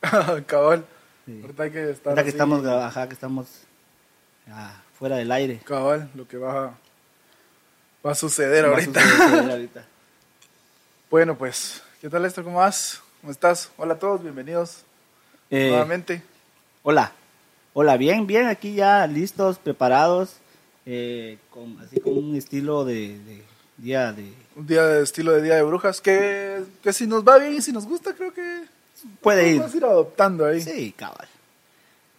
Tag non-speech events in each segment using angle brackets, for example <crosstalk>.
<laughs> cabal. Sí. Ahorita que estar Ahora que así, estamos, gra- ajá, que estamos ah, fuera del aire. Cabal, lo que va a, va a suceder Va a ahorita. suceder ahorita. <laughs> Bueno, pues, ¿qué tal esto? ¿Cómo vas? ¿Cómo estás? Hola a todos, bienvenidos Eh, nuevamente. hola. Hola, bien, bien, aquí ya listos, preparados, eh, con, así con un estilo de, de día de... Un día de estilo de Día de Brujas que, que si nos va bien y si nos gusta, creo que Puede ir. vamos a ir adoptando ahí. Sí, cabal.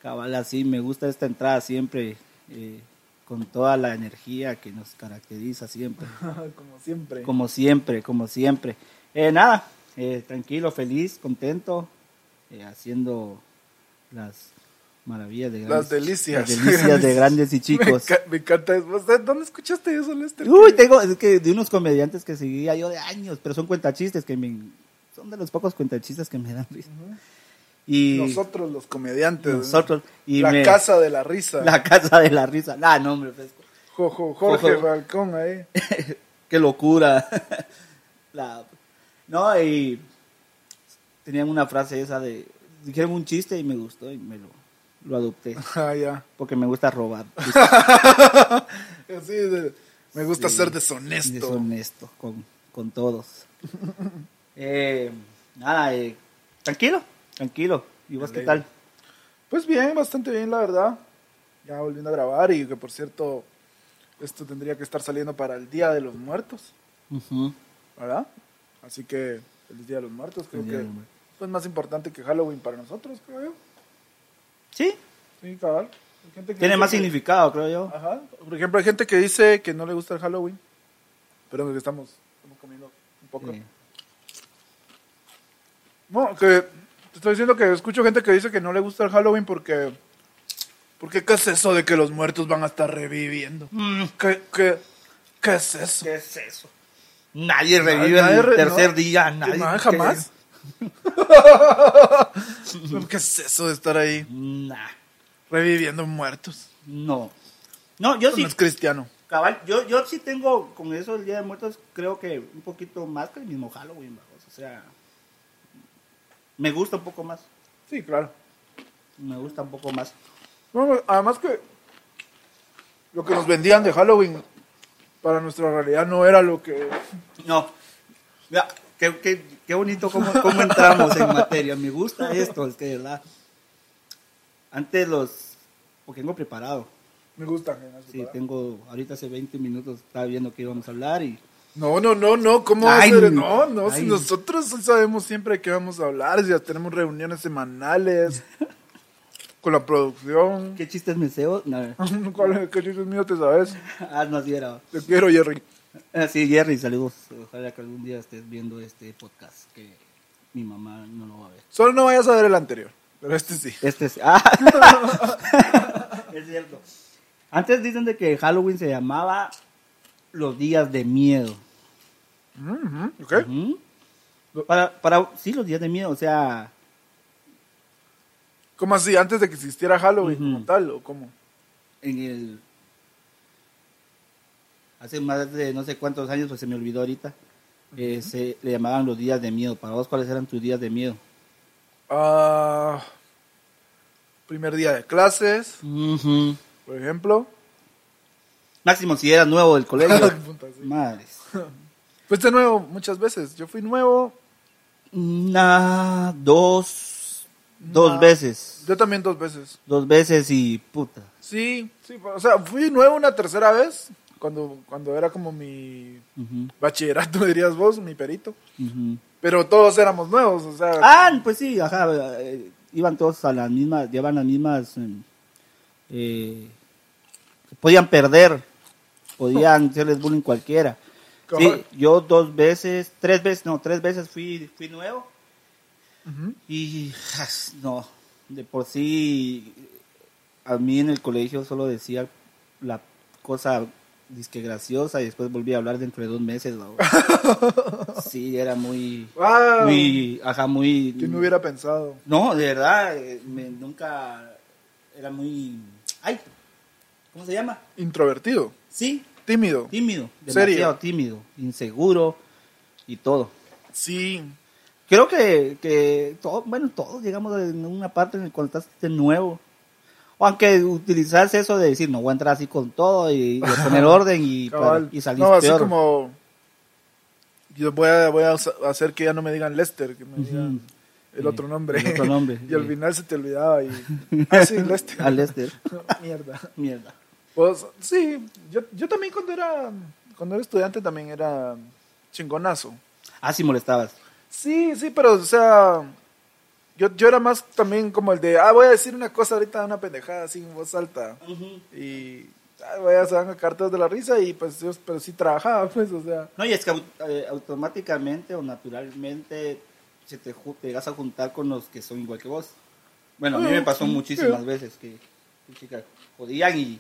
Cabal, así me gusta esta entrada siempre, eh, con toda la energía que nos caracteriza siempre. <laughs> Como siempre. Como siempre, como siempre. Eh, nada, eh, tranquilo, feliz, contento, eh, haciendo las maravillas de Las delicias. las <laughs> delicias de grandes y chicos. <laughs> Me, enca- me encanta. eso. O sea, ¿Dónde escuchaste eso, Lester? Uy, Que- tengo, es que de unos comediantes que seguía yo de años, pero son cuentachistes que me, son de los pocos cuentachistes que me dan risa. Y Nosotros los comediantes. ¿no? nosotros, y la me- casa de la risa. la casa de la risa. Nah, no, hombre, pues, Jo- jo- Jorge Ojo. Falcón ahí. <laughs> qué locura. <laughs> La- No, y tenían una frase esa de, dijeron un chiste y me gustó y me lo, lo adopté, Ah, ya. porque me gusta robar, Así de- me gusta Sí. ser deshonesto. es honesto con, con todos. <laughs> Eh, nada, eh, tranquilo, tranquilo. ¿Y vos qué tal? Pues bien, bastante bien, la verdad. Ya volviendo a grabar y que por cierto, esto tendría que estar saliendo para el Día de los Muertos, Ujú. ¿verdad? Así que el Día de los Muertos creo El Día que de los Muertos. es más importante que Halloween para nosotros, creo yo. Sí, Sí, cabal. Hay gente que tiene dice más que- significado, creo yo. Ajá. Por ejemplo, hay gente que dice que no le gusta el Halloween. Perdón, que estamos, estamos comiendo un poco. Sí. No, que te estoy diciendo que escucho gente que dice que no le gusta el Halloween porque. Porque qué es eso de que los muertos van a estar reviviendo. Mm, ¿Qué, qué, qué es eso? ¿Qué es eso? mm. Nadie revive Nadie el re- tercer no. día, nadie. Nada, jamás. <laughs> ¿Qué es eso de estar ahí Nah, reviviendo muertos? no. No, yo Eso sí, No es cristiano. cabal, yo, yo sí tengo con eso el Día de Muertos, creo que un poquito más que el mismo Halloween, vamos, o sea, me gusta un poco más, Sí, claro. me gusta un poco más. Bueno, además que lo que nos vendían de Halloween para nuestra realidad no era lo que... No, mira, qué, qué, qué bonito cómo, cómo entramos en materia, me gusta esto, es que de verdad, antes los, porque tengo preparado, Me gustan. en las sí, preparadas. tengo, ahorita hace 20 minutos estaba viendo que íbamos a hablar y... No, no, no, no, ¿cómo va a Ay, ser? No, no, si ay. nosotros sabemos siempre de qué vamos a hablar, si ya tenemos reuniones <laughs> semanales con la producción. <laughs> ¿Qué chistes me cebo? No, <laughs> ¿Cuál es? ¿Qué chistes mío te sabes? ah, no, así era. Te quiero, Jerry. Ah, sí, Jerry, saludos. Ojalá que algún día estés viendo este podcast, que mi mamá no lo va a ver. Solo no vayas a ver el anterior, pero este sí. Este es... Ah. <laughs> es cierto. Antes dicen de que Halloween se llamaba los días de miedo. Mhm, ok. Ujú. Para, para, sí, los días de miedo, o sea, ¿Cómo así? ¿Antes de que existiera Halloween Ujú. como tal o cómo? en el... Hace más de no sé cuántos años, pues se me olvidó ahorita, eh, se le llamaban los días de miedo. Para vos, ¿cuáles eran tus días de miedo? Ah, primer día de clases, Ujú. por ejemplo. Máximo si eras nuevo <laughs> del <laughs> colegio. Puta, sí. Madres. Fuiste Pues nuevo muchas veces. Yo fui nuevo, Una, dos, dos Nah. veces. yo también dos veces. Dos veces y puta. Sí, sí, pa- o sea, fui nuevo una tercera vez, cuando, cuando era como mi Ujú, bachillerato, <laughs> dirías vos, mi perito. ujú. Pero todos éramos nuevos, o sea, Ah, pues sí, ajá. eh, iban todos a las mismas, llevan las mismas. em, eh, podían perder, podían hacerles bullying cualquiera. Sí, Cabal. yo dos veces, tres veces, no, tres veces fui, fui nuevo. ujú, Y jas, no, de por sí, a mí en el colegio solo decía la cosa disque graciosa y después volví a hablar dentro de dos <laughs> meses. ¿no? Sí, era muy, wow, muy, ajá, muy... ¿quién me hubiera pensado? No, de verdad, eh, me- nunca era muy... Ay, ¿cómo se llama? Introvertido, Sí, tímido. tímido, ¿Serio? demasiado tímido, inseguro y todo. Sí, Creo que, que todo, bueno, todos llegamos a una parte en la que estás de nuevo. O aunque utilizas eso de decir, no voy a entrar así con todo y, y <laughs> a poner orden y, para- Cabal. y salir No, así peor. como. Yo voy a, voy a sa- hacer que ya no me digan Lester, que me digan el Sí, otro nombre. Eh, el otro nombre, <laughs> y al sí. final se te olvidaba. <laughs> Y... Ah, sí, Lester. Al Lester. No, <laughs> Mierda. Mierda. Pues sí, yo, yo también cuando era, cuando era estudiante también era chingonazo. Ah, sí molestabas. Sí, sí, pero o sea, yo, yo era más también como el de, ah, voy a decir una cosa ahorita, una pendejada así en voz alta. Y ah, voy a se van a caer todos de la risa y pues yo, pero sí trabajaba, <laughs> pues, o sea. No, y es que au- eh, automáticamente o naturalmente se te, ju- te llegas a juntar con los que son igual que vos. Bueno, a mí Ah, me pasó muchísimas veces que, que chicas jodían y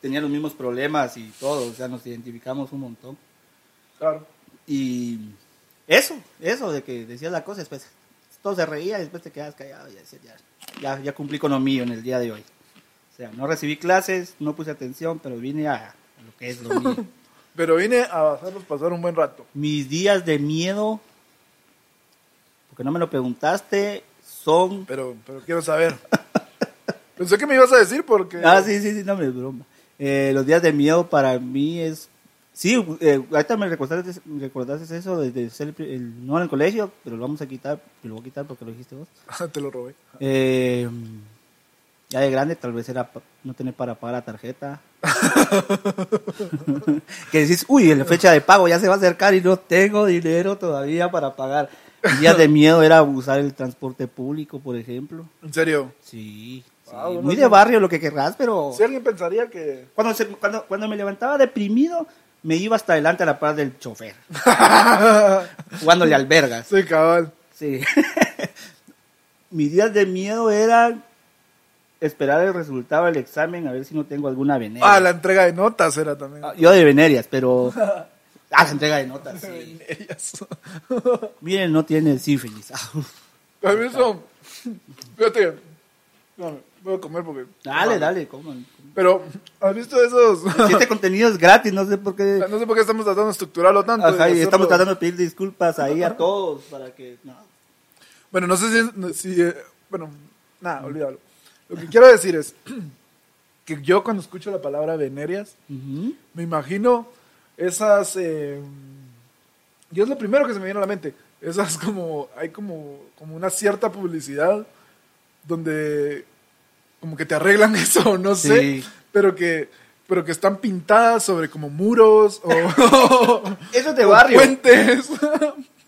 tenían los mismos problemas y todo, o sea, nos identificamos un montón. Claro. Y eso, eso de que decías la cosa, después todo se reía y después te quedabas callado y decías, ya, ya, ya cumplí con lo mío en el día de hoy. O sea, no recibí clases, no puse atención, pero vine a a lo que es lo mío. Pero vine a hacerlos pasar un buen rato. Mis días de miedo, porque no me lo preguntaste, son... Pero, pero quiero <laughs> saber. Pensé que me ibas a decir porque... Ah, sí, sí, sí, no me es broma. Eh, los días de miedo para mí es... Sí, eh, ahorita me recordaste, me recordaste eso desde ser el, pri- el- no en el colegio, pero lo vamos a quitar, lo voy a quitar porque lo dijiste vos. <laughs> Te lo robé. Eh, ya de grande tal vez era pa- no tener para pagar la tarjeta. <laughs> que decís, uy, la fecha de pago ya se va a acercar y no tengo dinero todavía para pagar. Mis días de miedo era usar el transporte público, por ejemplo. En serio. Sí, sí, Wow, no muy sé. de barrio lo que querrás, pero Si alguien pensaría que... <laughs> <laughs> cuando, se- cuando, cuando me levantaba deprimido, me iba hasta adelante a la par del chofer, <laughs> jugándole albergas. Soy cabal. Sí. <laughs> Mis días de miedo eran esperar el resultado del examen a ver si no tengo alguna veneria. Ah, la entrega de notas era también. Ah, Yo de venerias, pero... Ah, la entrega de notas, sí. Ellas. Miren, no tiene sífilis. <laughs> <laughs> Ah, A mí eso. Fíjate. No, voy a comer porque. dale, dale, coman. Pero, ¿has visto <laughs> esos? Si este contenido es gratis, no sé por qué... <laughs> no sé por qué estamos tratando de estructurarlo tanto. Ajá, de y estamos hacerlo- tratando de pedir disculpas ahí a todos para que... no. Bueno, no sé si. no- si, eh, bueno, nada, olvídalo. Lo que quiero decir es <clears throat> que yo cuando escucho la palabra venerias, Ujú. me imagino esas. Eh, yo es lo primero que se me viene a la mente. Esas como. Hay como, como una cierta publicidad donde. Como que te arreglan <laughs> eso, no sé. Sí. Pero que. Pero que están pintadas sobre como muros o. Eso es <laughs> de o barrio. <laughs> Puentes.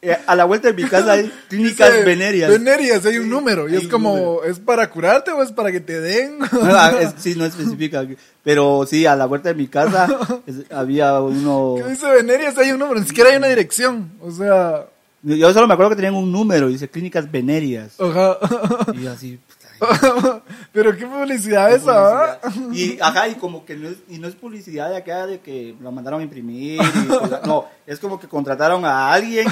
Eh, A la vuelta de mi casa hay clínicas Dice, venerias. Venerias, hay un número. Y hay es un como. ¿Es para curarte o es para que te den? <laughs> No, ah, <laughs> es- sí, no especifica. Pero sí, a la vuelta de mi casa es- había uno. ¿Qué dice Venerias? Hay un número. Ni siquiera hay una dirección. O sea. Yo solo me acuerdo que tenían un número, dice clínicas venerias. Ajá. Y así. puta, <laughs> Pero qué publicidad qué esa, ¿ah? publicidad. Y ajá, y como que no es, y no es publicidad de acá de que lo mandaron a imprimir. y cola- no, es como que contrataron a alguien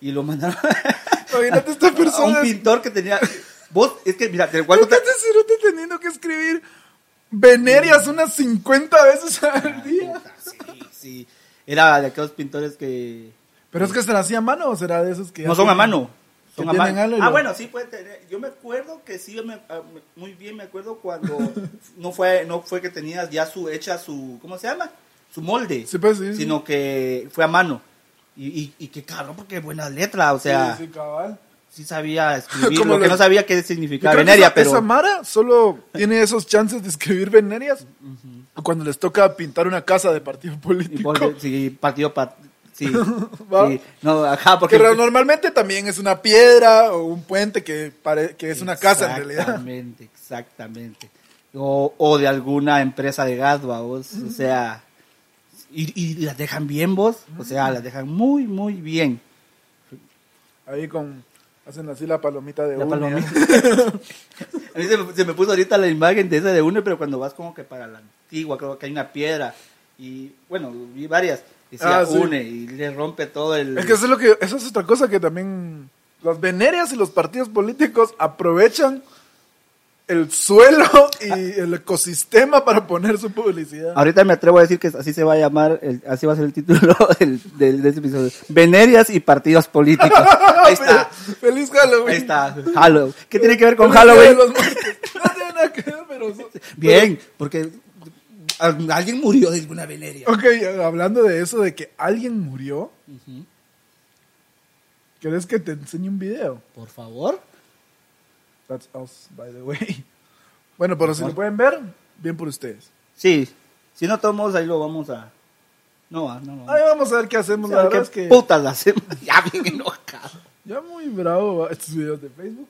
y lo mandaron <laughs> Imagínate esta a un persona. pintor que tenía. Vos, es que mira, te cuento. ¿Por qué este cerote teniendo que escribir venerias unas 50 veces al día? <laughs> Ah, Sí, sí. Era de aquellos pintores que. Pero es que será así a mano o será de esos que. No son a mano. Son que a tienen mano. algo y Ah, lo- bueno, sí puede tener. Yo me acuerdo que sí, me- ah, me- muy bien me acuerdo <laughs> cuando no fue no fue que tenías ya su hecha su ¿cómo se llama? Su molde, Sí, pues sí. sino que fue a mano. Y, y, y qué cabrón, porque buena letra, o Sí, sea, sí, cabal. sí sabía <laughs> escribir, Como lo que los- no sabía qué Yo significaba creo que veneria, esa, esa pero Mara solo tiene esos chances de escribir venerias cuando les toca pintar una casa de partido y político. molde, sí, partido pa- sí, <laughs> Va. sí, no, ajá, porque Que re- normalmente también es una piedra o un puente que, pare- que es una casa en realidad. Exactamente, exactamente. O, o de alguna empresa de gas, ¿va vos. O sea, y, y las dejan bien vos. O sea, las dejan muy, muy bien. Ahí con. Hacen así la palomita de La uña. <laughs> palomita. A mí se me, se me puso ahorita la imagen de esa de UNE, pero cuando vas como que para la antigua, creo que hay una piedra. Y bueno, vi varias. Decía Ah, sí. UNE y le rompe todo el. Es que eso es lo que eso es otra cosa que también las venerias y los partidos políticos aprovechan el suelo y el ecosistema para poner su publicidad. Ahorita me atrevo a decir que así se va a llamar, el- así va a ser el título <laughs> del, del- de este episodio. Venerias y partidos políticos. <laughs> Ahí está. Feliz Halloween. Ahí está. Halloween. ¿Qué tiene que ver con Feliz Día de Halloween? los Muertos. <laughs> No tiene nada que ver, pero... Bien, porque al- alguien murió de alguna veneria. Ok, hablando de eso, de que alguien murió, ¿querés que te enseñe un video? Por favor. That's us, by the way. Bueno, pero si lo pueden ver, bien por ustedes. Sí. Si no tomamos, ahí lo vamos a. No, ah, no, no. Ahí vamos a ver qué hacemos. La ¿Qué verdad es que putas hacemos? <laughs> Ya bien enojado. ya muy bravo va estos videos de Facebook.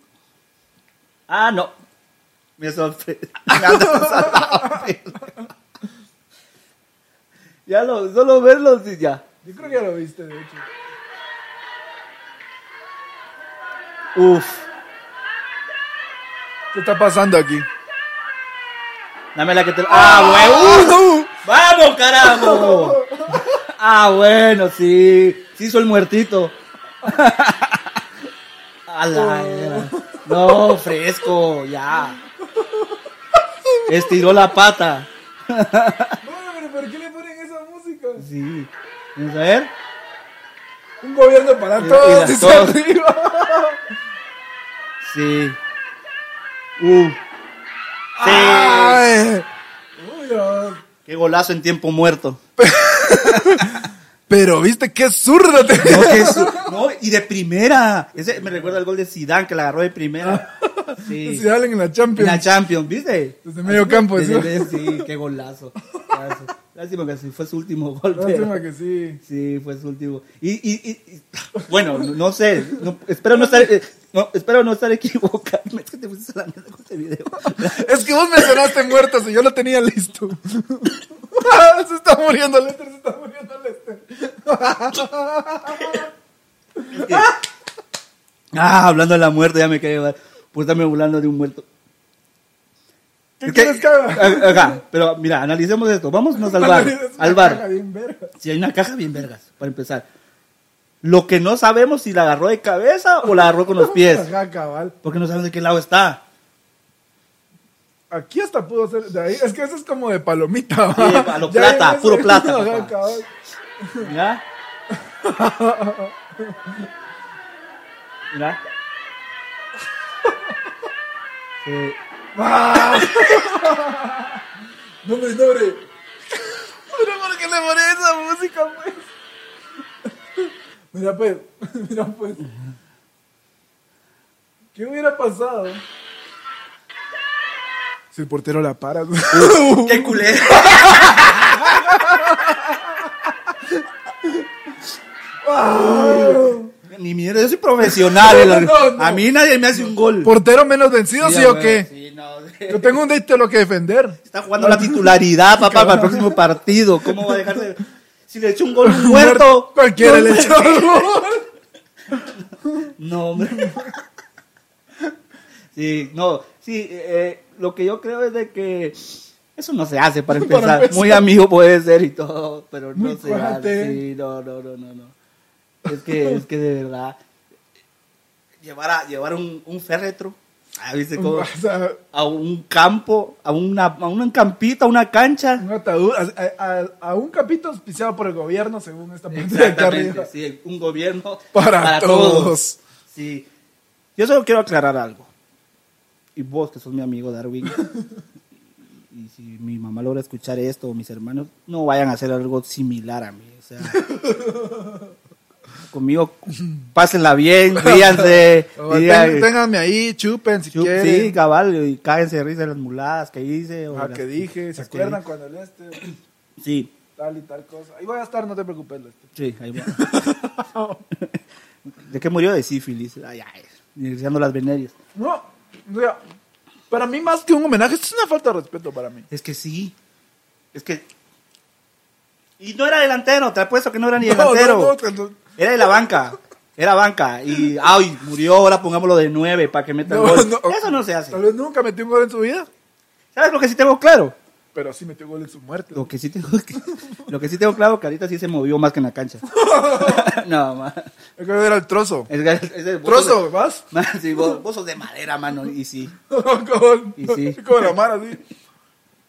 Ah, no. Me sorprende. Me ando salado, pero- Ya lo, solo verlos y ya. Yo creo que ya lo viste, de hecho. Uf. ¿Qué está pasando aquí? Dame la que te. ¡Ah, güey! ¡Uh! <laughs> ¡Vamos, carajo! Ah, bueno, sí. Sí hizo el muertito. A la era. No, fresco, ya. Estiró la pata. Bueno, pero ¿por qué le ponen esa música? Sí. Vamos a ver. Un gobierno para Y- y todos, las dice dos. arriba. Sí. Uh. Sí. Ay. Uy, Dios. Qué golazo en tiempo muerto. Pero viste qué zurdo te No, <laughs> que su- no, y de primera. Ese me recuerda el gol de Zidane que la agarró de primera. Sí. Si hablan en la En Champions. la Champions, ¿viste? Desde medio campo, Desde- ¿sí? desde- sí, qué golazo. Golazo. Lástima que sí, fue su último gol. pero- Lástima que sí. Sí, fue su último. Y, y- y- y- bueno, no- no sé. no- espero no estar. eh, no, espero no estar equivocado. Es que te pusiste a la mierda con este video. Es que vos mencionaste muertos y yo lo tenía listo. <laughs> Ah, se está muriendo Lester, se está muriendo Lester. Es que- ah, hablando de la muerte, ya me quedé llevar. Por estarme burlando de un muerto. ¿Qué Es que- quieres que haga? a- ajá, pero mira, analicemos esto. Vámonos al bar. Es una Al caja bar. bien verga. Si hay una caja bien vergas, para empezar. Lo que no sabemos si la agarró de cabeza o la agarró con los pies. Ajá, cabal. Porque no saben de qué lado está. Aquí hasta pudo ser de ahí. Es que eso es como de palomita. ¿va? Sí, a lo Ya plata, en ese- <laughs> puro plata, Ajá, papá. cabal. <laughs> Mira. Mira. Sí. No hombre, no, hombre. <laughs> Pero ¿por qué le pones esa música, pues? <laughs> Mira, pues. <laughs> Mira, pues. ¿Qué hubiera pasado? Si el portero la para. <laughs> ¡Qué culero! Ni mierda, yo soy profesional. No, en la- no, no. A mí nadie me hace un gol. ¿Portero menos vencido, sí, o güey, qué? sí, no, sí. Yo tengo un de lo que defender. Está jugando la titularidad, papá, para el próximo partido. ¿Cómo va a dejar de.? Si le echo un gol un muerto. Cualquiera no, le echó el <laughs> gol. No, hombre. Sí, no. Sí, eh, lo que yo creo es de que. Eso no se hace para <laughs> Para empezar. empezar. Muy amigo puede ser y todo, pero Muy no se cuate. hace. Sí, no, no, no, no, no. Es que, es que de verdad. Llevar, a, llevar un, un féretro. ah, ¿viste cómo? O sea, A un campo, a una, a un campito, a una cancha. un ataúd. A, a- a un capítulo auspiciado por el gobierno, según esta parte de acá arriba. Exactamente, sí, un gobierno Para, todos. Sí. Yo solo quiero aclarar algo. Y vos, que sos mi <laughs> amigo Darwin, y si mi mamá logra escuchar esto o mis hermanos, no vayan a hacer algo similar a mí. <laughs> O sea, conmigo, <laughs> pásenla bien, ríanse. O digan- ten- ténganme ahí, chupen si chup- quieren. sí, cabal, y cáguense de risa de las muladas que hice. o Ah, las- que dije, ¿se las que acuerdan cuando el este dije. Sí, tal y tal cosa? Ahí voy a estar, no te preocupes, Lester. Sí, ahí va. <laughs> <laughs> ¿De qué murió? De sífilis. Ay, ay. Iniciando las venerias. No, o sea, para mí más que un homenaje, esto es una falta de respeto para mí. Es que sí. Es que. Y no era delantero, te apuesto que no era <laughs> ni No, delantero. no, no, que no. Era de la banca. Era banca. Y, ay, murió, ahora pongámoslo de nueve para que meta el No, gol. no. Eso no se hace. Tal vez nunca metió un gol en su vida. ¿Sabes lo que sí tengo claro? Pero sí metió gol en su muerte. Lo que sí tengo, que- <laughs> lo que sí tengo claro, que ahorita sí se movió más que en <laughs> la cancha. no, más. Hay que ver al trozo. Es, que- es de- vos sos Trozo, ¿vas? de- man, sí, vos, vos sos de madera, mano. Y sí. <laughs> Con- Y sí. Como la mara, así.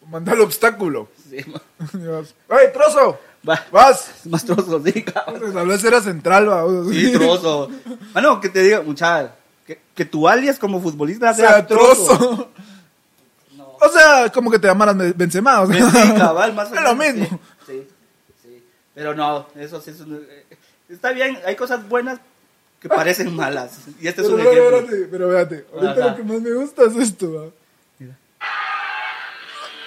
Manda el obstáculo. <laughs> sí, man. Y vas, ¡Ey, trozo! Va, ¡Vas! es más trozo, sí, cabrón. Hablás era central, va. o sea, <laughs> Sí, trozo. Mano, que te diga, muchacha, que, que tu alias como futbolista O sea, trozo. No. O sea, como que te llamaras Me- Benzema. O Sí, sea. cabal, más <laughs> o Es lo menos, mismo. Sí, sí, sí. Pero no, eso sí es un- eh, Está bien, hay cosas buenas que parecen malas. Y este es Pero un espérate, ejemplo. pero, espérate. Ahorita Ajá. lo que más me gusta es esto, va.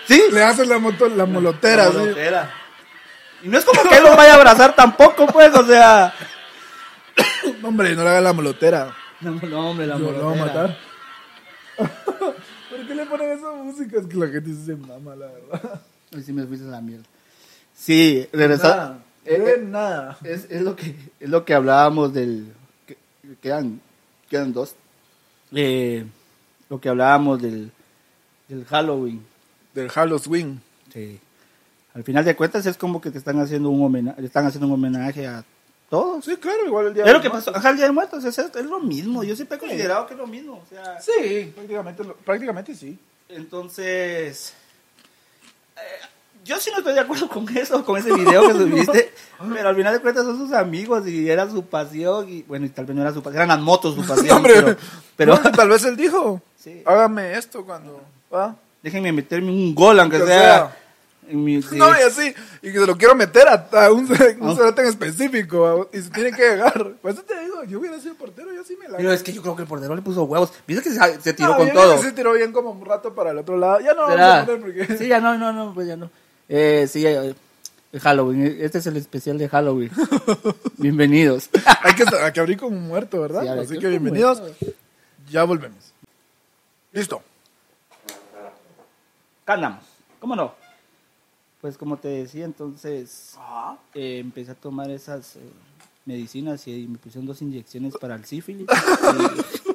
Sí, Le haces la, moto, la molotera, la así. bolotera. Y no es como que él lo vaya a abrazar tampoco, pues, o <laughs> sea. No, hombre, no le hagas la molotera. No, no, hombre, la Lo lo va a bolotera. matar. <laughs> ¿Por qué le ponen esa música? Es que la gente se mama, la verdad. Hoy sí me fuiste a la mierda. Sí, regresar. Nada. de eh, nada. Es, es lo que es lo que hablábamos del que- quedan quedan dos Eh, lo que hablábamos del del Halloween Del Halloween. Sí. al final de cuentas es como que te están haciendo un homenaje están haciendo un homenaje a todos Sí, claro, igual el día es lo que Muertos. pasó ajá, el día de muertos es, es lo mismo yo siempre he considerado que es lo mismo o sea, Sí, prácticamente, lo- prácticamente sí. entonces eh, yo sí no estoy de acuerdo con eso, con ese video <laughs> que subiste, pero al final de cuentas son sus amigos y era su pasión y bueno, y tal vez no era su pasión, eran las <laughs> motos su pasión, hombre. pero, pero <laughs> Bueno, tal vez él dijo, Sí. hágame esto cuando... ¿va? déjenme meterme un gol aunque Que sea, sea. en mi- sí. No, y así, y que se lo quiero meter a, a <laughs> un, un Ah. cerote en específico, ¿va? y se tiene que llegar. Por eso te digo, yo hubiera sido portero, yo sí me la... Pero es que yo creo que el portero le puso huevos. Viste que se, se tiró No, con yo creo todo. que Sí, tiró bien como un rato para el otro lado. Ya no, vamos ¿Será? a poner porque... Sí, ya no, no, no, pues ya no. Eh, sí, eh, el Halloween. eh, Este es el especial de <laughs> Halloween. Bienvenidos. <laughs> hay, que, hay que abrir como un muerto, ¿verdad? Sí, a ver, así creo que que bienvenidos, ya volvemos. Listo. Acá andamos. ¿Cómo no? Pues como te decía, entonces eh, empecé a tomar esas eh, medicinas y, me pusieron dos inyecciones para el sífilis. <laughs> Y-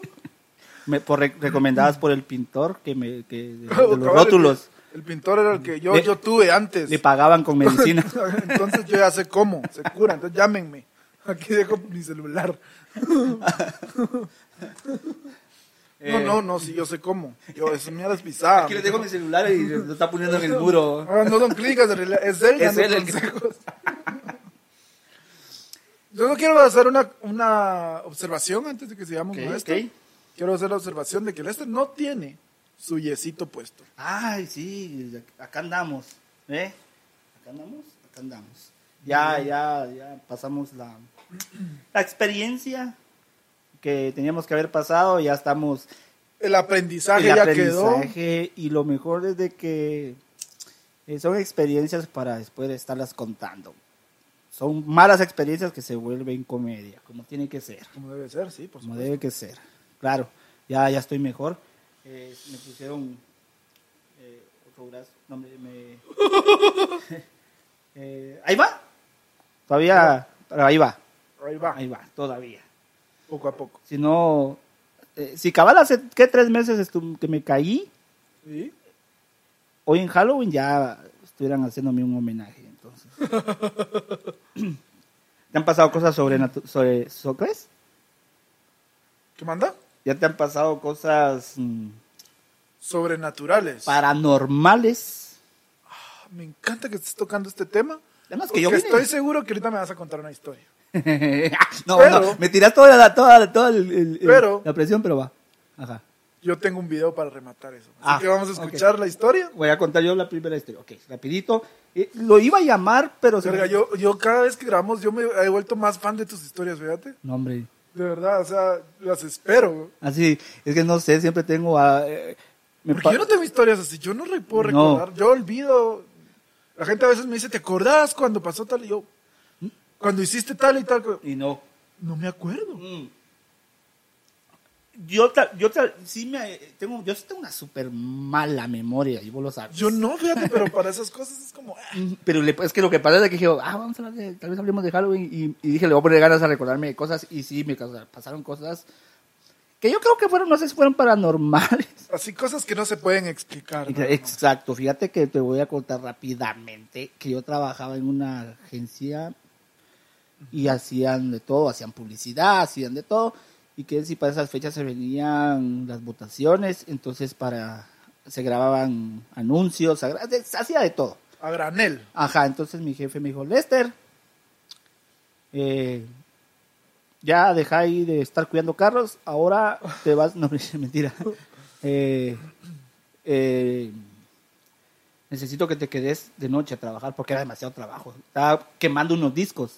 me- por re- recomendadas por el pintor que me que de, de Cabrón, los rótulos El, el pintor era el que yo, Le- yo tuve antes. le pagaban con medicina. <laughs> Entonces yo ya sé cómo, se cura, entonces llámenme. Aquí dejo mi <laughs> celular. No, Eh. no, no, sí, yo sé cómo. Yo, esa mierda es pisada. <laughs> Aquí les dejo mi celular y lo está poniendo en el muro. Ah, no son clínicas, de rela- es él. Es dando él el que- consejos. Yo no quiero hacer una, una observación antes de que sigamos Ok, con esto. ok. Quiero hacer la observación de que el Lester no tiene su yesito puesto. Ay, sí, acá andamos. ¿Eh? Acá andamos, acá andamos. Ya, ya, ya pasamos la, la experiencia que teníamos que haber pasado, ya estamos. El aprendizaje El ya quedó. aprendizaje y lo mejor es de que eh, son experiencias para después de estarlas contando. Son malas experiencias que se vuelven comedia, como tiene que ser. Como debe ser, sí, por Como supuesto. debe que ser. Claro, ya, ya estoy mejor. Eh, me pusieron eh, otro brazo. No, me, me- <laughs> Eh, ahí va. Todavía, pero ahí va, Ahí va, ahí va, todavía. poco a poco. Si no, eh, si cabal hace que tres meses estu- que me caí, ¿Sí? hoy en Halloween ya estuvieran haciéndome un homenaje. <laughs> Entonces, te han pasado cosas sobrenaturales. Sobre, so- ¿qué es? ¿Qué manda? Ya te han pasado cosas. mm, Sobrenaturales. paranormales. Me encanta que estés tocando este tema. Además Porque que yo vine. estoy seguro que ahorita me vas a contar una historia. <laughs> no, Pero- no, me tiras toda la, toda, la- toda el- el- el- Pero- la presión, pero va. Ajá. Yo tengo un video para rematar eso. Así Ah, que vamos a ok. escuchar la historia. Voy a contar yo la primera historia. Ok, rapidito. Eh, lo iba a llamar, pero... se me- Verga, yo, yo cada vez que grabamos, yo me he vuelto más fan de tus historias, fíjate. No, hombre. De verdad, o sea, las espero. Así, es que no sé, siempre tengo a... eh, me Porque pa- yo no tengo historias así, yo no re- puedo No. recordar, yo olvido. La gente a veces me dice, ¿te acordás cuando pasó tal? Y yo, "Mm, cuando hiciste tal y tal, Y no. no me acuerdo. Mm. Yo, ta- yo ta- sí me, tengo, yo sí tengo una súper mala memoria, y vos lo sabes. Yo no, fíjate, pero para esas cosas es como, ah, Mm, Pero le- es que lo que pasa es que dije, ah, vamos a hablar de, tal vez hablemos de Halloween. Y, y dije, le voy a poner ganas a recordarme de cosas. Y sí, me causa- pasaron cosas Que yo creo que fueron, no sé si fueron paranormales. Así cosas que no se pueden explicar. ¿no? <laughs> Exacto, fíjate que te voy a contar rápidamente que yo trabajaba en una agencia y hacían de todo, hacían publicidad, hacían de todo, y que si para esas fechas se venían las votaciones, entonces para se grababan anuncios, se gra- se hacía de todo. A granel. Ajá, entonces mi jefe me dijo, Lester, eh, ya deja ahí de estar cuidando carros, ahora te vas, <laughs> no, mentira, Eh, eh, necesito que te quedes de noche a trabajar porque era demasiado trabajo. Estaba quemando unos discos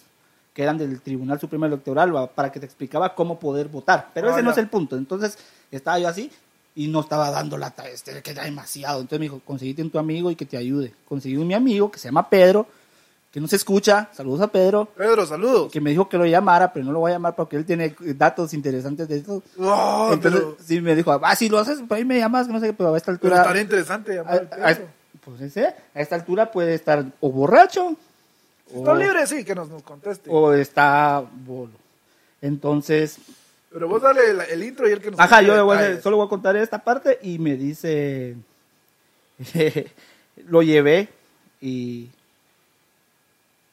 que eran del Tribunal Supremo Electoral va, para que te explicaba cómo poder votar, pero Ah, ese no ya. es el punto. Entonces estaba yo así y no estaba dando lata, este, que era demasiado. Entonces me dijo, conseguiste un tu amigo y que te ayude. Conseguí un mi amigo que se llama Pedro, que no se escucha, saludos a Pedro, Pedro, saludos. que me dijo que lo llamara, pero no lo voy a llamar porque él tiene datos interesantes de eso. Oh, Entonces, pero, sí, me dijo, ah, si lo haces, pues ahí me llamas, no sé qué, pero a esta pero altura... estaría interesante a, llamar al a- Pedro. pues ese, a esta altura puede estar o borracho, Si o, Está libre, sí, que nos, nos conteste. o está bolo. Entonces, Pero vos dale el, el intro y el que nos Ajá, cuente yo le voy a- detalles. solo voy a contar esta parte y me dice, <laughs> lo llevé y...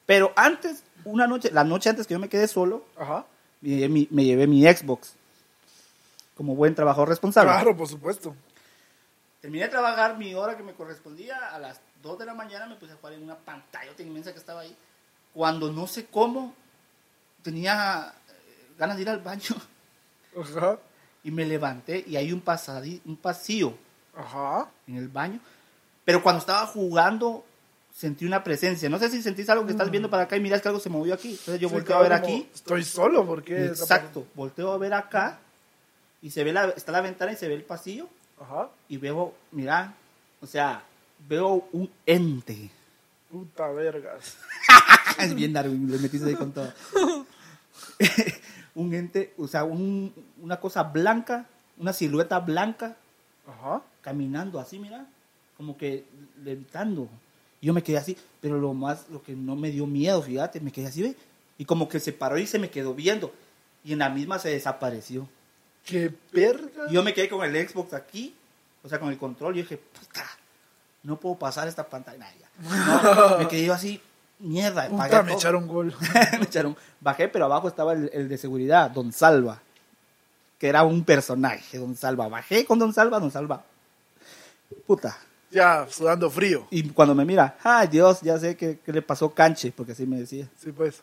Pero antes, una noche, la noche antes que yo me quedé solo, Ajá. me llevé mi, me llevé mi Xbox. Como buen trabajador responsable. Claro, por supuesto. Terminé de trabajar mi hora que me correspondía, a las 2 de la mañana me puse a jugar en una pantalla inmensa que estaba ahí. Cuando no sé cómo, tenía eh, ganas de ir al baño <laughs> Ajá. y me levanté y hay un, pasadi- un pasillo Ajá. en el baño. Pero cuando estaba jugando, sentí una presencia. No sé si sentís algo que estás viendo para acá y miras que algo se movió aquí. Entonces yo Mm. Sí, volteo a claro, ver como, aquí. Estoy solo, porque. Exacto. Volteo a ver acá y se ve la, está la ventana y se ve el pasillo Ajá. y veo, mira, o sea, veo un ente. Puta vergas. <laughs> es bien Darwin, le metiste ahí con todo. <laughs> un ente, o sea, un- una cosa blanca, una silueta blanca Ajá. caminando así, mira, como que levitando. Y yo me quedé así, pero lo más, lo que no me dio miedo, fíjate, me quedé así, ve. Y como que se paró y se me quedó viendo. Y en la misma se desapareció. Qué verga. Y yo me quedé con el Xbox aquí, o sea, con el control. Y yo dije, puta, no puedo pasar esta pantalla. Nah, ya. <laughs> No, me quedé yo así, mierda. apagué Puta, me todo. echaron gol. <laughs> <laughs> Me echaron. Bajé, pero abajo estaba el, el de seguridad, Don Salva, que era un personaje, Don Salva. Bajé con Don Salva, Don Salva. Puta, ya, sudando frío. y cuando me mira, ay Dios, ya sé que, que le pasó canche, porque así me decía. Sí, pues.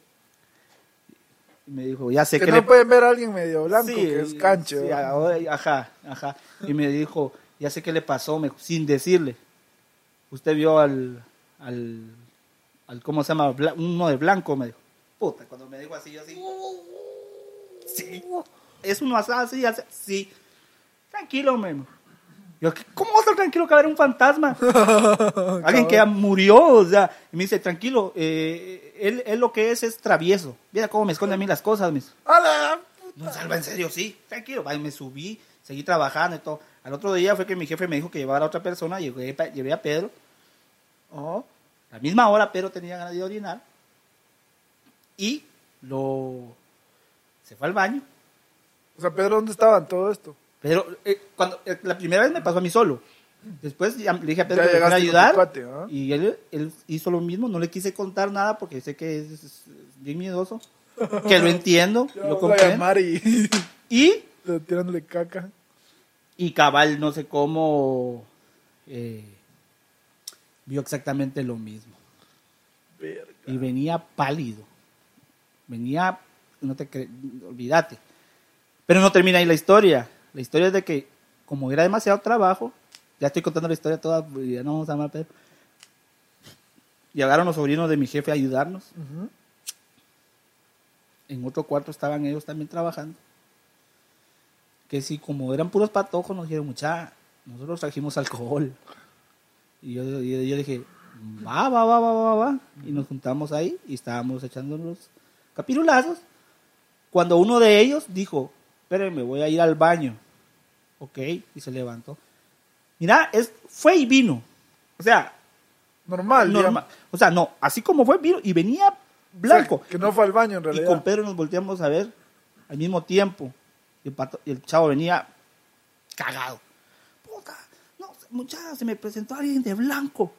Y me dijo, ya sé Que que, no le pueden ver a alguien medio blanco que es cancho. sí, ahora- ajá, ajá. Y me dijo, ya sé que le pasó, me- sin decirle. Usted vio al, al, al, ¿cómo se llama? Bla- uno de blanco, me dijo. Puta, cuando me dijo así, yo así. Sí. Es uno así, así, así. Sí. Tranquilo, memo. Yo, "¿Qué- ¿cómo vas a estar tranquilo que va a haber <laughs> un fantasma? Alguien que ya murió, o sea, y me dice, tranquilo, eh, él, él lo que es es travieso. Mira cómo me esconde a mí las cosas, me dice. ¡Hala! No, Salva, en serio, sí, tranquilo. Va, y me subí, seguí trabajando y todo. Al otro día fue que mi jefe me dijo que llevara a otra persona, llevé, pa- llevé a Pedro. Oh, la misma hora Pedro tenía ganas de orinar. Y lo... Se fue al baño. O sea, Pedro, ¿dónde estaban todo esto? Pero eh, cuando, eh, la primera vez me pasó a mí solo. Después ya le dije a Pedro Ya que me fuera a llegaste con tu ayudar. cuate, ¿ah? Y él, él hizo lo mismo. No le quise contar nada porque sé que es, es bien miedoso. Que lo entiendo, <laughs> Ya lo vamos a comprendo. llamar y <laughs> Y tirándole caca. Y Cabal, no sé cómo, eh, vio exactamente lo mismo. Verga. Y venía pálido. Venía, no te cre- olvídate. Pero no termina ahí la historia. La historia es de que, como era demasiado trabajo, ya estoy contando la historia toda, pues, ya no vamos a llamar, pero... Llegaron los sobrinos de mi jefe a ayudarnos. Ujú. En otro cuarto estaban ellos también trabajando. Que si como eran puros patojos, nos dijeron, mucha, nosotros trajimos alcohol. Y yo, yo, yo dije, va, va, va, va, va, va. Y nos juntamos ahí y estábamos echando los capirulazos. Cuando uno de ellos dijo, espérenme, voy a ir al baño. Ok, y se levantó. Mira, es, fue y vino. O sea, Normal, normal. O sea, no, así como fue, vino y venía digamos. <laughs> blanco. O sea, que no fue al baño en Y realidad. con Pedro nos volteamos a ver al mismo tiempo. Y el, pato- el chavo venía cagado. Puta, no, muchachos, se me presentó alguien de blanco.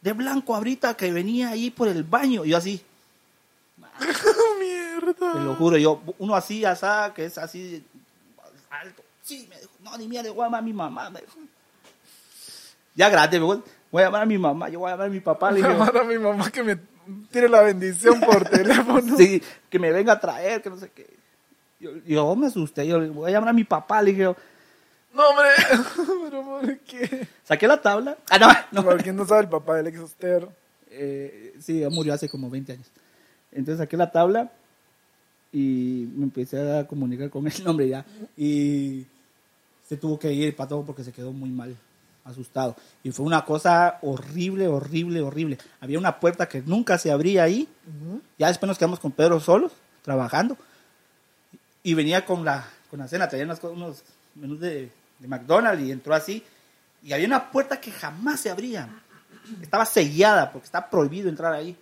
De blanco ahorita que venía ahí por el baño. Y yo así, <laughs> Mierda. te lo juro, yo, uno así, asá, que es así, alto. Sí, me dijo, no, ni mierda, voy a llamar a mi mamá. Me dijo. Ya grande, me voy, voy a llamar a mi mamá, yo voy a llamar a mi papá. Le digo, Llamar a mi mamá que me tire la bendición por <laughs> teléfono. Sí, que me venga a traer, que no sé qué. Yo, yo me asusté, yo le voy a llamar a mi papá, le dije, yo, No, hombre. <laughs> Pero, ¿por qué? saqué la tabla. Ah, <laughs> no, no. Para quien no sabe, el papá del ex Ostero. Eh, sí, ya murió hace como 20 años. Entonces saqué la tabla y me empecé a comunicar con el nombre ya. Y se tuvo que ir el pato porque se quedó muy mal, asustado. Y fue una cosa horrible, horrible, horrible. Había una puerta que nunca se abría ahí. Ya después nos quedamos con Pedro solos, trabajando. Y venía con la, con la cena, traía unas co- unos menús de, de McDonald's y entró así. Y había una puerta que jamás se abría. Estaba sellada porque está prohibido entrar ahí.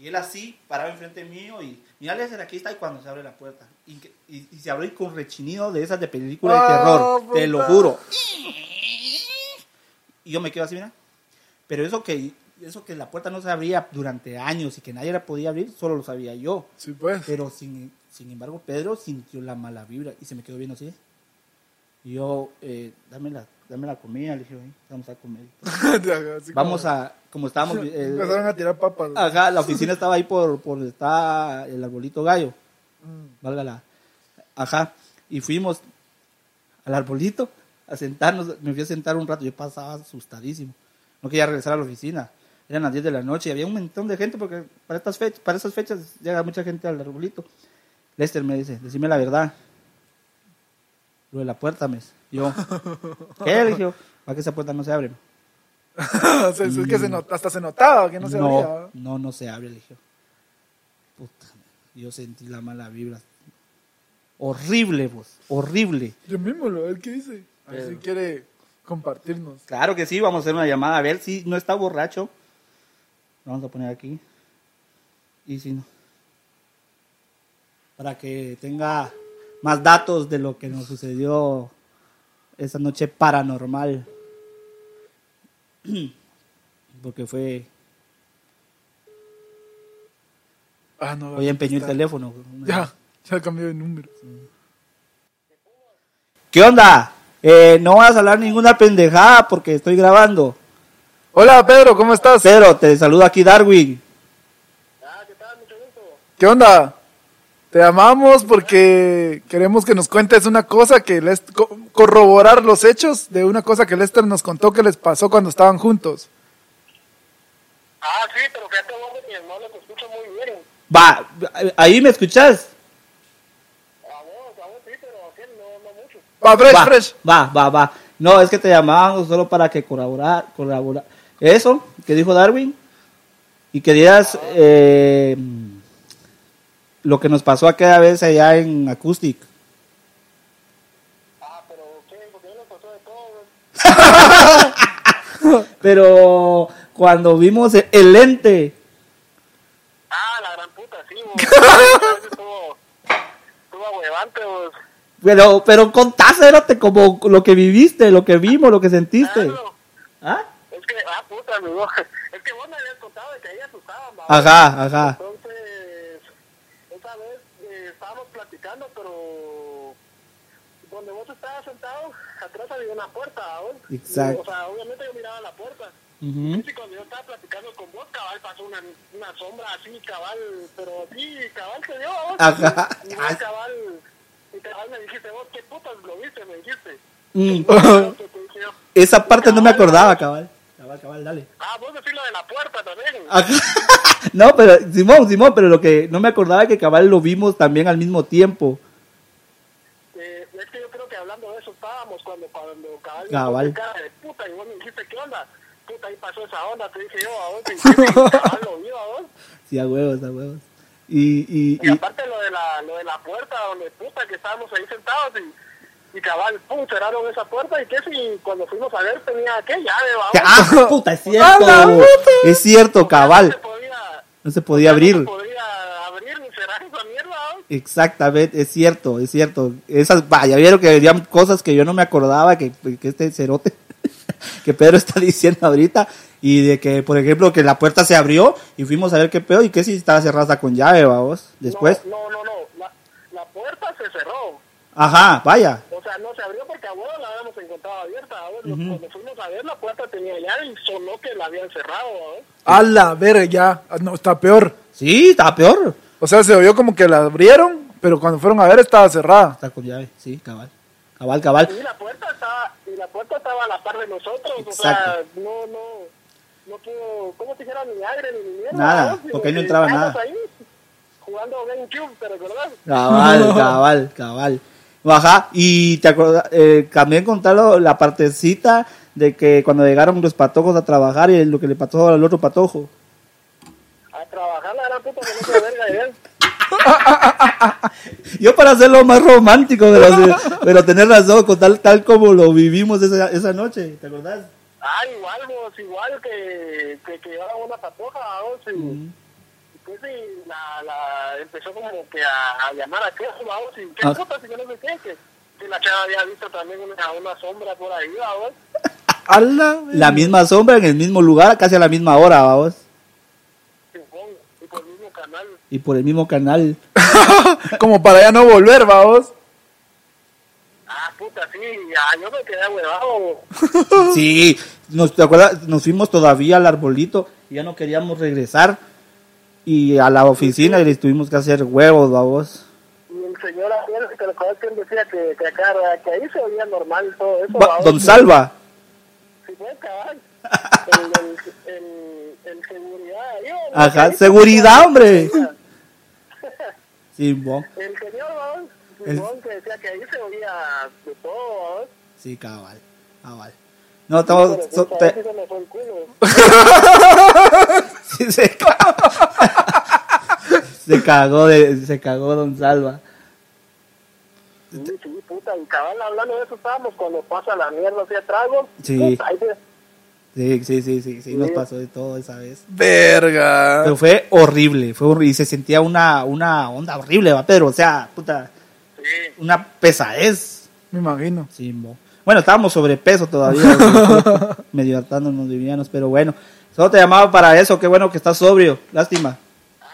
Y él así, parado enfrente mío y mira, Lester, aquí está y cuando se abre la puerta. Y, que- y- y se abrió y con rechinido de esas de película de Ah, terror. Te puta. lo juro. Y yo me quedo así, mira. Pero eso que, eso que la puerta no se abría durante años y que nadie la podía abrir, solo lo sabía yo. Sí, pues. <laughs> Pero sin, sin embargo, Pedro sintió la mala vibra y se me quedó viendo así. Y yo, eh, dame, la, dame la comida, le dije, "Ven, vamos a comer. Así como- Vamos a, Ah. como <laughs> estábamos, eh, Empezaron a tirar papas. ajá, la oficina estaba ahí por, por donde está el arbolito gallo, Mm. <laughs> valga la, ajá, y fuimos al arbolito a sentarnos, me fui a sentar un rato, yo pasaba asustadísimo, no quería regresar a la oficina, eran las 10 de la noche y había un montón de gente porque para estas fechas, para esas fechas llega mucha gente al arbolito. Lester me dice, decime la verdad, lo de la puerta, me dice. yo, ¿qué? Le dije, yo, para que esa puerta no se abre. O sea, es que se not- hasta se notaba que no se no, abría. No, no se abre, le dije. Puta, yo sentí la mala vibra. Horrible, vos, horrible. Yo mismo, lo ver qué dice. A ver Pero- si quiere compartirnos. Claro que sí, vamos a hacer una llamada a ver si no está borracho. Lo vamos a poner aquí. Y si no. Para que tenga más datos de lo que nos sucedió esa noche paranormal. <clears throat> Porque fue. Ah, no. Hoy empeñó el está. teléfono. Ya, ya cambió de número. ¿Qué onda? Eh, no vas a hablar ninguna pendejada porque estoy grabando. Hola, Pedro, ¿cómo estás? Pero te saluda aquí Darwin. ¿Qué onda? Te llamamos porque queremos que nos cuentes una cosa que les co- corroborar los hechos de una cosa que Lester nos contó que les pasó cuando estaban juntos. Ah, sí, pero fíjate vos que no los escucho muy bien. Va, ahí me escuchas. A vos, a vos sí, pero a aquel no, no mucho. Va, fresh, va, fresh. va, va, va. No, es que te llamaban solo para que colaborar, colaborar. Eso que dijo Darwin y que dieras eh, lo que nos pasó aquella vez allá en Acoustic. Ah, pero ¿qué? Porque yo lo pasó de todo. Pero cuando vimos el, el ente, Ah, la gran puta, sí, vos. Estuvo, estuvo ahuevante, vos. pero, pero contáselo como lo que viviste, lo que vimos, lo que sentiste. Claro, ¿Ah? es que, ah, puta, amigo. <laughs> Es que vos me habías contado de que ahí asustaban, va. Ajá, ajá. Entonces, esa vez eh, estábamos platicando, pero donde vos estabas sentado, atrás había una puerta, ¿va? Exacto. O sea, obviamente yo miraba la puerta. Ujú. Sí, cuando yo estaba platicando con vos, cabal, pasó una, una sombra así, cabal, pero sí, cabal se dio, vos. Ajá. Y vos, cabal, y cabal me dijiste, vos, ¿qué putas lo viste? Me <laughs> dijiste. Mm. Entonces, te dije yo, Esa parte no me acordaba, cabal. Cabal, cabal, dale. Ah, vos decís lo de la puerta también. Ajá. <laughs> No, pero Simón, Simón, pero lo que no me acordaba es que cabal lo vimos también al mismo tiempo. Eh, es que yo creo que hablando de eso estábamos cuando, cuando cabal, me Cabal. puso cara de puta y vos me dijiste, ¿qué onda? Puta, ahí pasó esa onda, te dije yo, a vos, <laughs> y cabal lo vio, a vos. Sí, a huevos, a huevos. Y, y, Y y- aparte lo de la, lo de la puerta, donde puta que estábamos ahí sentados y, y cabal, pum, cerraron esa puerta y que si cuando fuimos a ver tenía que llave, vamos. <laughs> ¡Ah, puta, es cierto! ¡A la puta! Es cierto, No cabal. se podía, No se podía no se abrir. podía abrir ni cerrar esa mierda, vamos. Exactamente, es cierto, es cierto. Esas, vaya, vieron que venían cosas que yo no me acordaba que, que este cerote <laughs> que Pedro está diciendo ahorita. Y de que, por ejemplo, que la puerta se abrió y fuimos a ver qué pedo y que si estaba cerrada con llave, vamos. Después. No, no, no, no. La, la puerta se cerró. Ajá, vaya. O sea, no se abrió porque a huevo la habíamos encontrado abierta. A ver, Cuando fuimos a ver, la puerta tenía llave y sonó que la habían cerrado. a ver. A la verga, ya. Ah, No, está peor. Sí, está peor. O sea, se oyó como que la abrieron, pero cuando fueron a ver estaba cerrada. Está con llave, sí, cabal. Cabal, cabal. Y la puerta estaba, y la puerta estaba a la par de nosotros, o sea, Exacto. no, no, no pudo, ¿cómo te dijera? Ni aire, ni mierda. Nada, ¿no? porque ahí no Y entraba estábamos nada. Ahí, jugando GameCube, ¿te recordás? Cabal, cabal, cabal. Ajá, y te acuerdas, eh, también contaron la partecita de que cuando llegaron los patojos a trabajar y lo que le pasó al otro patojo. A trabajar la gran puta con esa verga de él. Yo para hacerlo más romántico, pero, pero tener razón, contar tal como lo vivimos esa, esa noche, ¿te acordás? Ah, igual, vos, igual que, que, que llevaba una patoja, vos, y, y pues y la, la, empezó como que a, a llamar a Kejo, vos, y qué Ah. puta, si yo no sé qué, que, que la chava había visto también una, una sombra por ahí, vos. A la verga. La misma sombra en el mismo lugar, casi a la misma hora, vamos. Simón, y por el mismo canal. Y por el mismo <laughs> canal. como para ya no volver, vamos. Ah, puta, sí, ya, yo me quedé huevado. Sí, nos, ¿te acuerdas? Nos fuimos todavía al arbolito, y ya no queríamos regresar. Y a la oficina y les tuvimos que hacer huevos, vamos. Y el señor aquel, que lo que él decía que, que acá, que ahí se veía normal todo eso. Va- ¿va? Don Salva. Sí, fue, cabal. El, el, el, el seguridad ahí, ¿va? Ajá, Ahí se seguridad, veía- hombre. Sí, bo- El señor, ¿va? El- Simón, que decía que ahí se oía de todo, ¿va? sí, cabal. Cabal. No, estamos. Pero, so- puta, te- ahí sí se me fue el culo. Sí, se cagó. se cagó de, se cagó Don Salva. Sí, sí, puta, y cabal, hablando de eso estábamos cuando pasa la mierda hacia atrás, ¿va? Sí. Puta, ahí se- Sí, sí, sí, sí, sí, nos pasó de todo esa vez. Verga. Pero fue horrible, fue horrible, y se sentía una, una onda horrible, va Pedro, o sea, puta, Sí. una pesadez. Me imagino. <laughs> Sí, mo. Bueno, estábamos sobrepeso <laughs> todavía, güey, medio hartándonos livianos, pero bueno, solo te llamaba para eso, qué bueno que estás sobrio, lástima. Ah,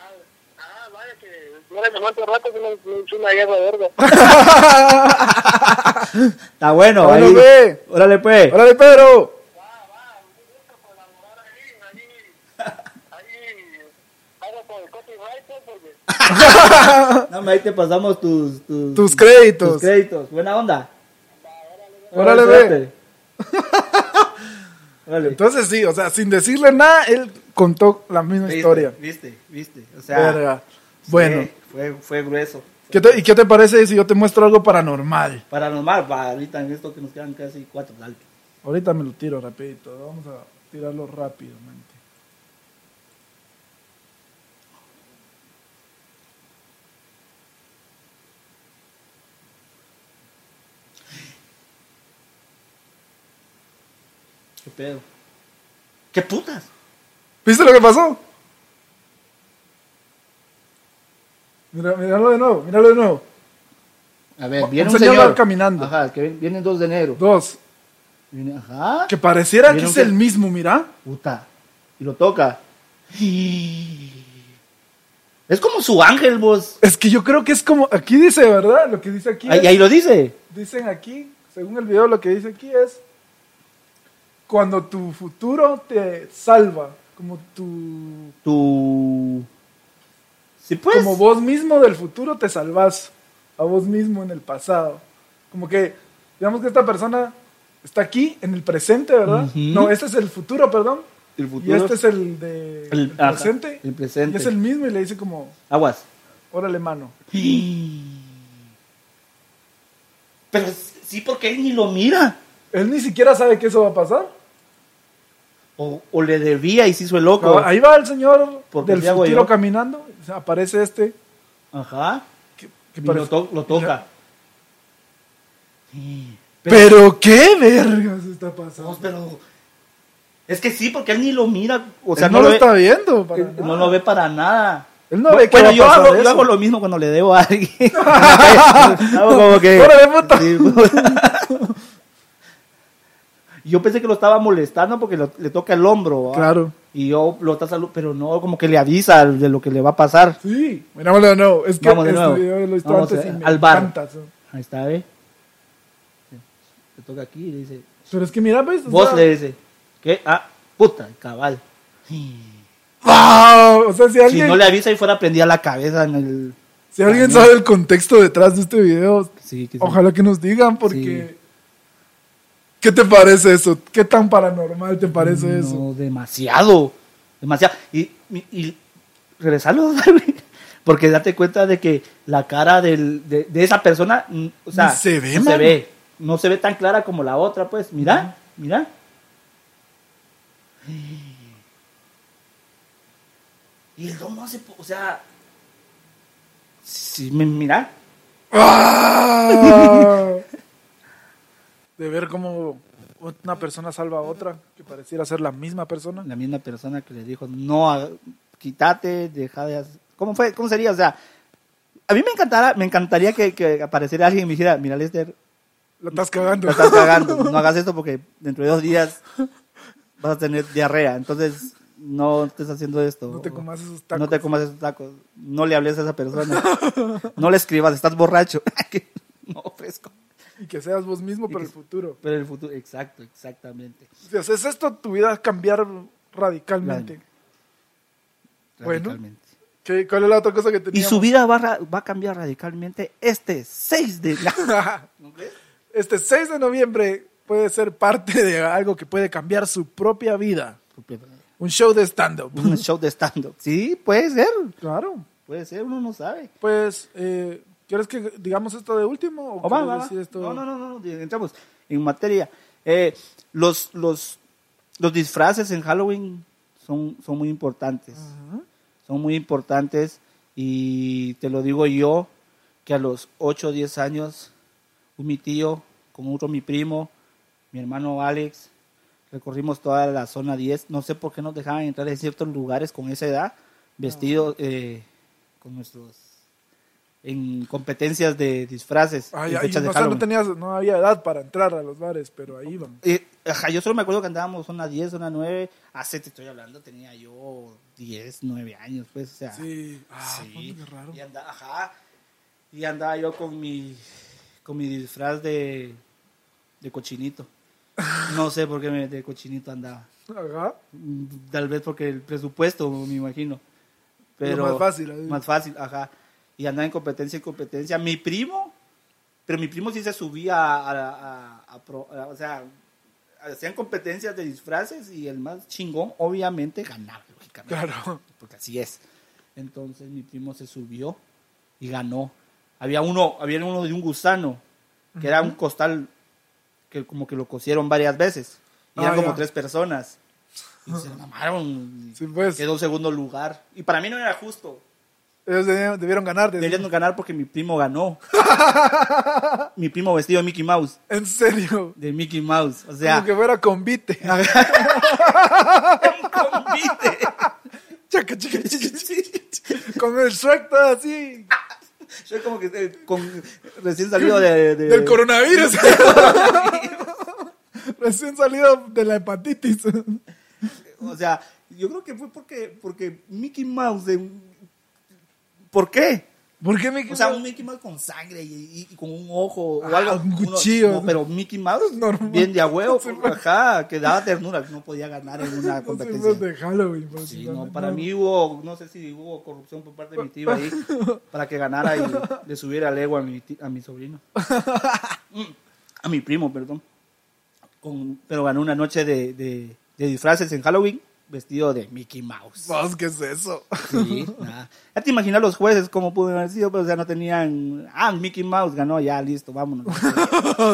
ah, vaya que no le cuánto rato que me, me hizo una guerra verga. Está bueno, Bueno, ahí. ve. Órale, pues. Órale, Pedro. Ahí hago con el copyright pues, porque No, hombre, ahí te pasamos tus, Tus tus, tus créditos. créditos. Buena onda. Órale, ve. espérate. <laughs> Órale. Entonces sí, o sea, sin decirle nada, él contó la misma Viste, historia. Viste, viste. O sea, Verga. Bueno, sí, fue, fue grueso. ¿qué te- ¿y qué te parece si yo te muestro algo paranormal? Paranormal, va, ahorita en esto que nos quedan casi cuatro, dale. Ahorita me lo tiro rapidito, vamos a tirarlo rápidamente. ¿Qué pedo? ¿Qué putas? ¿Viste lo que pasó? Mira, míralo de nuevo, míralo de nuevo. A ver, Un señor va caminando. Ajá, que ven- vienen dos de enero. Dos. Viene- Ajá. Que pareciera que ¿Vieron es qué? el mismo, mira. puta. Y lo toca. <gasps> Es como su ángel, vos. Es que yo creo que es como, aquí dice, ¿verdad? Lo que dice aquí. Ahí, es- ahí lo dice. Dicen aquí, según el video, lo que dice aquí es cuando tu futuro te salva, como tu, Tu. Sí, pues. como vos mismo del futuro te salvas a vos mismo en el pasado. Como que, digamos que esta persona está aquí en el presente, ¿verdad? Ujú. No, este es el futuro, perdón. el Y este es el de El- el ajá, presente. el presente. Y es el mismo y le dice como, Aguas. órale mano. Pero sí, porque él ni lo mira. Él ni siquiera sabe que eso va a pasar. O, o le debía y se hizo el loco. Ahí va el señor Porque del así hago futuro yo. caminando, o sea, aparece este. Ajá. que- que Y parece- lo, to- lo toca. Pero, ¿Pero qué vergas está pasando. No, pero. Es que sí, porque él ni lo mira. O O sea, sea, no, lo ve- está viendo. para él no nada. lo ve para nada. Él no Bu- ve qué bueno, va a yo pasar hago, de yo eso. <laughs> hago lo mismo cuando le debo a alguien. hago <laughs> como que. Órale, puto. Sí, puta. <laughs> yo pensé que lo estaba molestando porque lo- le toca el hombro. ¿va? Claro. Y yo lo está salu- pero no, como que le avisa de lo que le va a pasar. Sí, mirámoslo de nuevo. Es que Vamos de este nuevo. video lo he visto Vamos antes a- y me al bar. encanta, sí. Ahí está, ¿ve? Le toca aquí y le dice. Pero es que mira, pues. o Vos sea, le dice. ¿Qué? Ah, puta, cabal. ¡Wow! O sea, si Si alguien, no le avisa y fuera prendida la cabeza en el. si alguien sabe el contexto detrás de este video, Sí, que sí. ojalá que nos digan, porque. ¿Qué te parece eso? ¿Qué tan paranormal te parece Mm, no, eso? demasiado. Demasiado. Y, y, y regresarlo, <laughs> güey, porque date cuenta de que la cara del, de, de esa persona, mm, o sea, Ni se ve, no se mano. ve. No se ve tan clara como la otra, pues. Mira, mira. Y el domo hace, po- o sea, sí, sí, me- mira, ¡Ah! <laughs> De ver cómo una persona salva a otra, que pareciera ser la misma persona. la misma persona que le dijo, no, a- quítate, deja de hacer... ¿Cómo, fue? ¿Cómo sería? O sea, a mí me, encantara, me encantaría que, que apareciera alguien y me dijera, mira, Lester, La estás cagando. la estás cagando, <laughs> no hagas esto porque dentro de dos días vas a tener diarrea, entonces no estés haciendo esto. No te comas esos tacos. No te comas esos tacos. No le hables a esa persona. No le escribas, estás borracho. <laughs> no, fresco. Y que seas vos mismo para el futuro. Pero el futuro, exacto, exactamente. Si haces esto, tu vida va a cambiar radicalmente. Bueno. Radicalmente. ¿Qué- ¿Cuál es la otra cosa que Y teníamos? <laughs> su vida va, ra- va a cambiar radicalmente este 6 de... Este 6 de noviembre puede ser parte de algo que puede cambiar su propia vida. Un show de stand-up. <laughs> Un show de stand-up. Sí, puede ser. Claro. Puede ser, uno no sabe. Pues, eh, ¿quieres que digamos esto de último? ¿O O va, quieres va, va. decir esto? No, no, no, no, no, entramos en materia. Eh, los, los, los disfraces en Halloween son, son muy importantes. Son muy importantes y te lo digo yo, que a los 8 o 10 años, un mi tío, con otro mi primo, mi hermano Alex, recorrimos toda la zona 10. No sé por qué nos dejaban entrar en ciertos lugares con esa edad, Ah. vestidos eh, con nuestros... en competencias de disfraces. Ay, en ay, fechas de no, sé, no Halloween. tenías, no había edad para entrar a los bares, pero ahí van. Eh, ajá, yo solo me acuerdo que andábamos zona 10, zona 9. Hace, Ah, te estoy hablando, tenía yo 10, 9 años, pues, o sea. Sí. Ah, sí. qué raro. Y anda- ajá. Y andaba yo con mi, con mi disfraz de, de cochinito. No sé por qué me- de cochinito andaba. Ajá. Mm, Tal vez porque el presupuesto, me imagino. Lo Pero más fácil, eh. ahí. Más fácil, ajá. Y andaba en competencia y competencia. Mi primo, pero mi primo sí se subía a... a- a- a pro- a- o sea, hacían competencias de disfraces y el más chingón obviamente ganaba, lógicamente. Claro. <laughs> Porque así es. Entonces mi primo se subió y ganó. Había uno, había uno de un gusano, que era un costal que como que lo cosieron varias veces. Y eran Ah, como ya. tres personas. Y se lo mamaron. y Sí, pues. Quedó en segundo lugar. Y para mí no era justo. Ellos debieron, debieron ganar. de- Deberían ganar porque mi primo <laughs> ganó. mi primo vestido de Mickey Mouse. En serio. De Mickey Mouse. O sea, Como que fuera convite. <laughs> un convite. Chaca, chaca, chaca, chaca. <laughs> Con el Shrek todo así. Yo como que eh, con- recién salido de, de- Del coronavirus. <laughs> Recién salido de la hepatitis. <laughs> O sea, yo creo que fue porque, porque Mickey Mouse. de- ¿Por qué? ¿Por qué me O sea, un Mickey Mouse con sangre y, y- y con un ojo o Ah, algo. un uno- cuchillo. no, pero Mickey Mouse, Normal. bien de a huevo, <laughs> Sí, pues. ajá, que daba ternura, no podía ganar <laughs> en una Los competencia. hijos de Halloween. pues, Sí, no, no, para no. mí hubo, no sé si hubo corrupción por parte de mi <laughs> tío ahí, para que ganara y le subiera el ego a mi, ti- a <laughs> mi sobrino. Mm, A mi primo, perdón. Con- pero ganó una noche de, de- de disfraces en Halloween vestido de Mickey Vos, Mouse. Pues, ¿Qué es eso? Sí, nada. Ya te imaginas los jueces cómo pudieron haber sido, pero ya no tenían. Ah, Mickey Mouse ganó, ya, <laughs> listo, vámonos.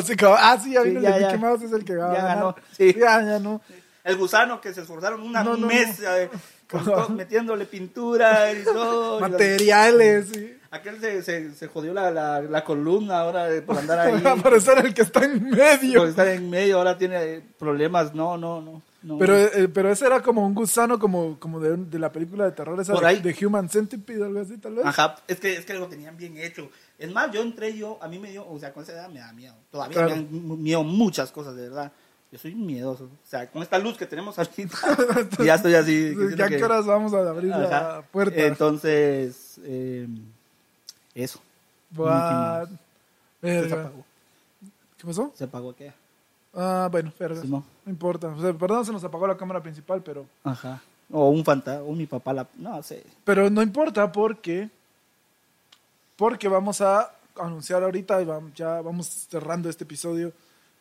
Sí, como, ah, sí, ya Sí, vino ya, el de ya. Mickey Mouse, es el que va a Ya ganar. ganó, sí. Ya, ya no. El gusano que se esforzaron una No, no, no. <laughs> mesa eh, con todo- metiéndole pintura y todo. y- Materiales. sí. Aquel se, se, se jodió la, la, la columna ahora de- por <laughs> andar ahí. Pues, Va a aparecer el que está en medio. por estar en medio, ahora tiene eh, problemas. No, no, no. no. Pero, eh, pero ese era como un gusano como, como de, de la película de terror esa Por de, ahí. de Human Centipede, algo así tal vez. <laughs> Ajá, es que, es que lo tenían bien hecho. Es más, yo entré yo, a mí me dio, o sea, con esa edad me da miedo. Todavía Claro. me dan mu- miedo muchas cosas, de verdad. Yo soy miedoso. O sea, con esta luz que tenemos ahorita, <laughs> ya estoy así. Entonces, diciendo ¿Ya que- qué horas vamos a abrir la Ajá. puerta? <laughs> Entonces, eh, eso. What? Se Verga. apagó. ¿Qué pasó? Se apagó aquella. Ah, bueno, verga. Simón. No importa. O sea, perdón, se nos apagó la cámara principal, pero, Ajá. O un fantasma, o mi papá la... No sé. pero no importa porque, porque vamos a anunciar ahorita y vam- ya vamos cerrando este episodio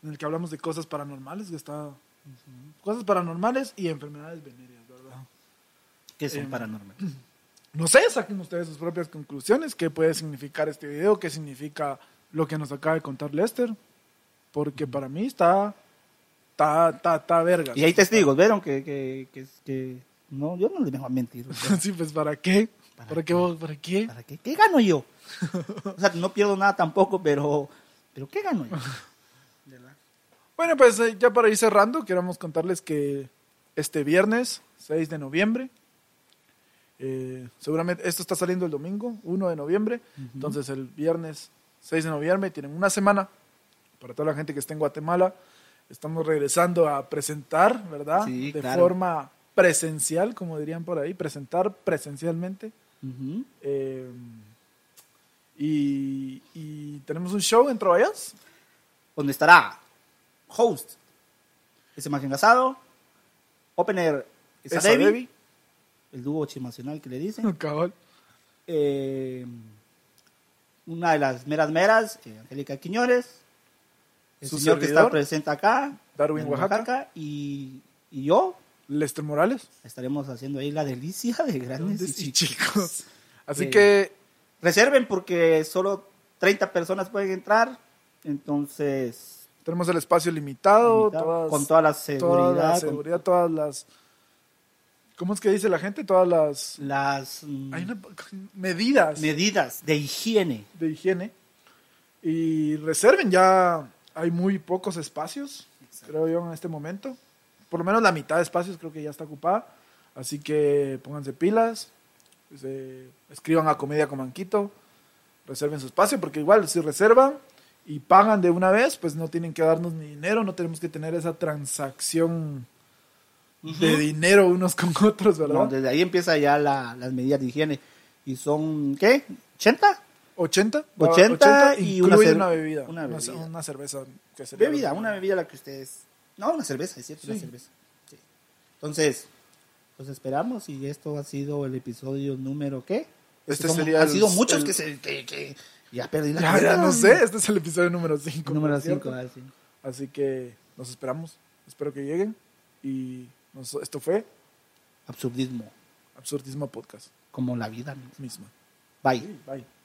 en el que hablamos de cosas paranormales, que está... Cosas paranormales y enfermedades venéreas, Ah. ¿verdad? Que son Eh, paranormales. No sé, saquen ustedes sus propias conclusiones, qué puede significar este video, qué significa lo que nos acaba de contar Lester, porque para mí está... Está, está, está verga. Y hay testigos, ¿vieron? Que, que, que, que- No, yo no les vengo a mentir. o sea, <laughs> Sí, pues ¿para qué? ¿Para, qué vos? ¿Para qué? ¿Para qué? ¿Qué gano yo? O sea, no pierdo nada tampoco, pero... ¿Pero qué gano yo? Bueno, pues eh, ya para ir cerrando, queremos contarles que este viernes, 6 de noviembre, eh, seguramente esto está saliendo el domingo, 1 de noviembre, entonces el viernes 6 de noviembre tienen una semana para toda la gente que esté en Guatemala. Estamos regresando a presentar, ¿verdad? Sí, de claro. forma presencial, como dirían por ahí, presentar presencialmente. Ujú. Eh, y, y tenemos un show en <laughs> Troyas. Donde estará host, ese imagen casado, opener, Esa Sadevi, Devi. el dúo chimacional que le dicen. Cabal. eh, una de las meras meras, eh, Angélica Quiñones, el Su señor que está servidor, presente acá, Darwin en Oaxaca. y, y yo Lester Morales. estaremos haciendo ahí la delicia de grandes y Grandes y chicos. chicos. Así Eh, que Reserven porque solo 30 personas pueden entrar, entonces tenemos el espacio limitado, Oh, limitado, todas- con toda toda la la seguridad, con seguridad, todas las... ¿Cómo es que dice la gente? Todas las... las mm, Hay una- medidas medidas de higiene. de higiene. Y reserven, ya hay muy pocos espacios, creo yo, en este momento. Por lo menos la mitad de espacios creo que ya está ocupada. Así que pónganse pilas, pues, eh, escriban a Comedia con Manquito, reserven su espacio, porque igual si reservan y pagan de una vez, pues no tienen que darnos ni dinero, no tenemos que tener esa transacción de dinero unos con otros, ¿verdad? No, desde ahí empieza ya la- las medidas de higiene. ¿Y son, ¿qué? ¿80? 80, 80 y una incluye cer- una, bebida. una Una, ce- bebida. una cerveza. que sería Bebida, lo- una bebida la que ustedes... No, una cerveza, es cierto, una Sí. cerveza. Sí. Entonces, los esperamos y esto ha sido el episodio número, ¿qué? Este Como- sería Han el- sido muchos el- que se... que- que ya perdí <laughs> la La cuenta. verdad, no sé. Este es el episodio número 5. Número eh. 5, así. Así que nos esperamos. Espero que lleguen. Y nos- esto fue Absurdismo, Absurdismo Podcast como la vida misma. misma. Bye. Bye.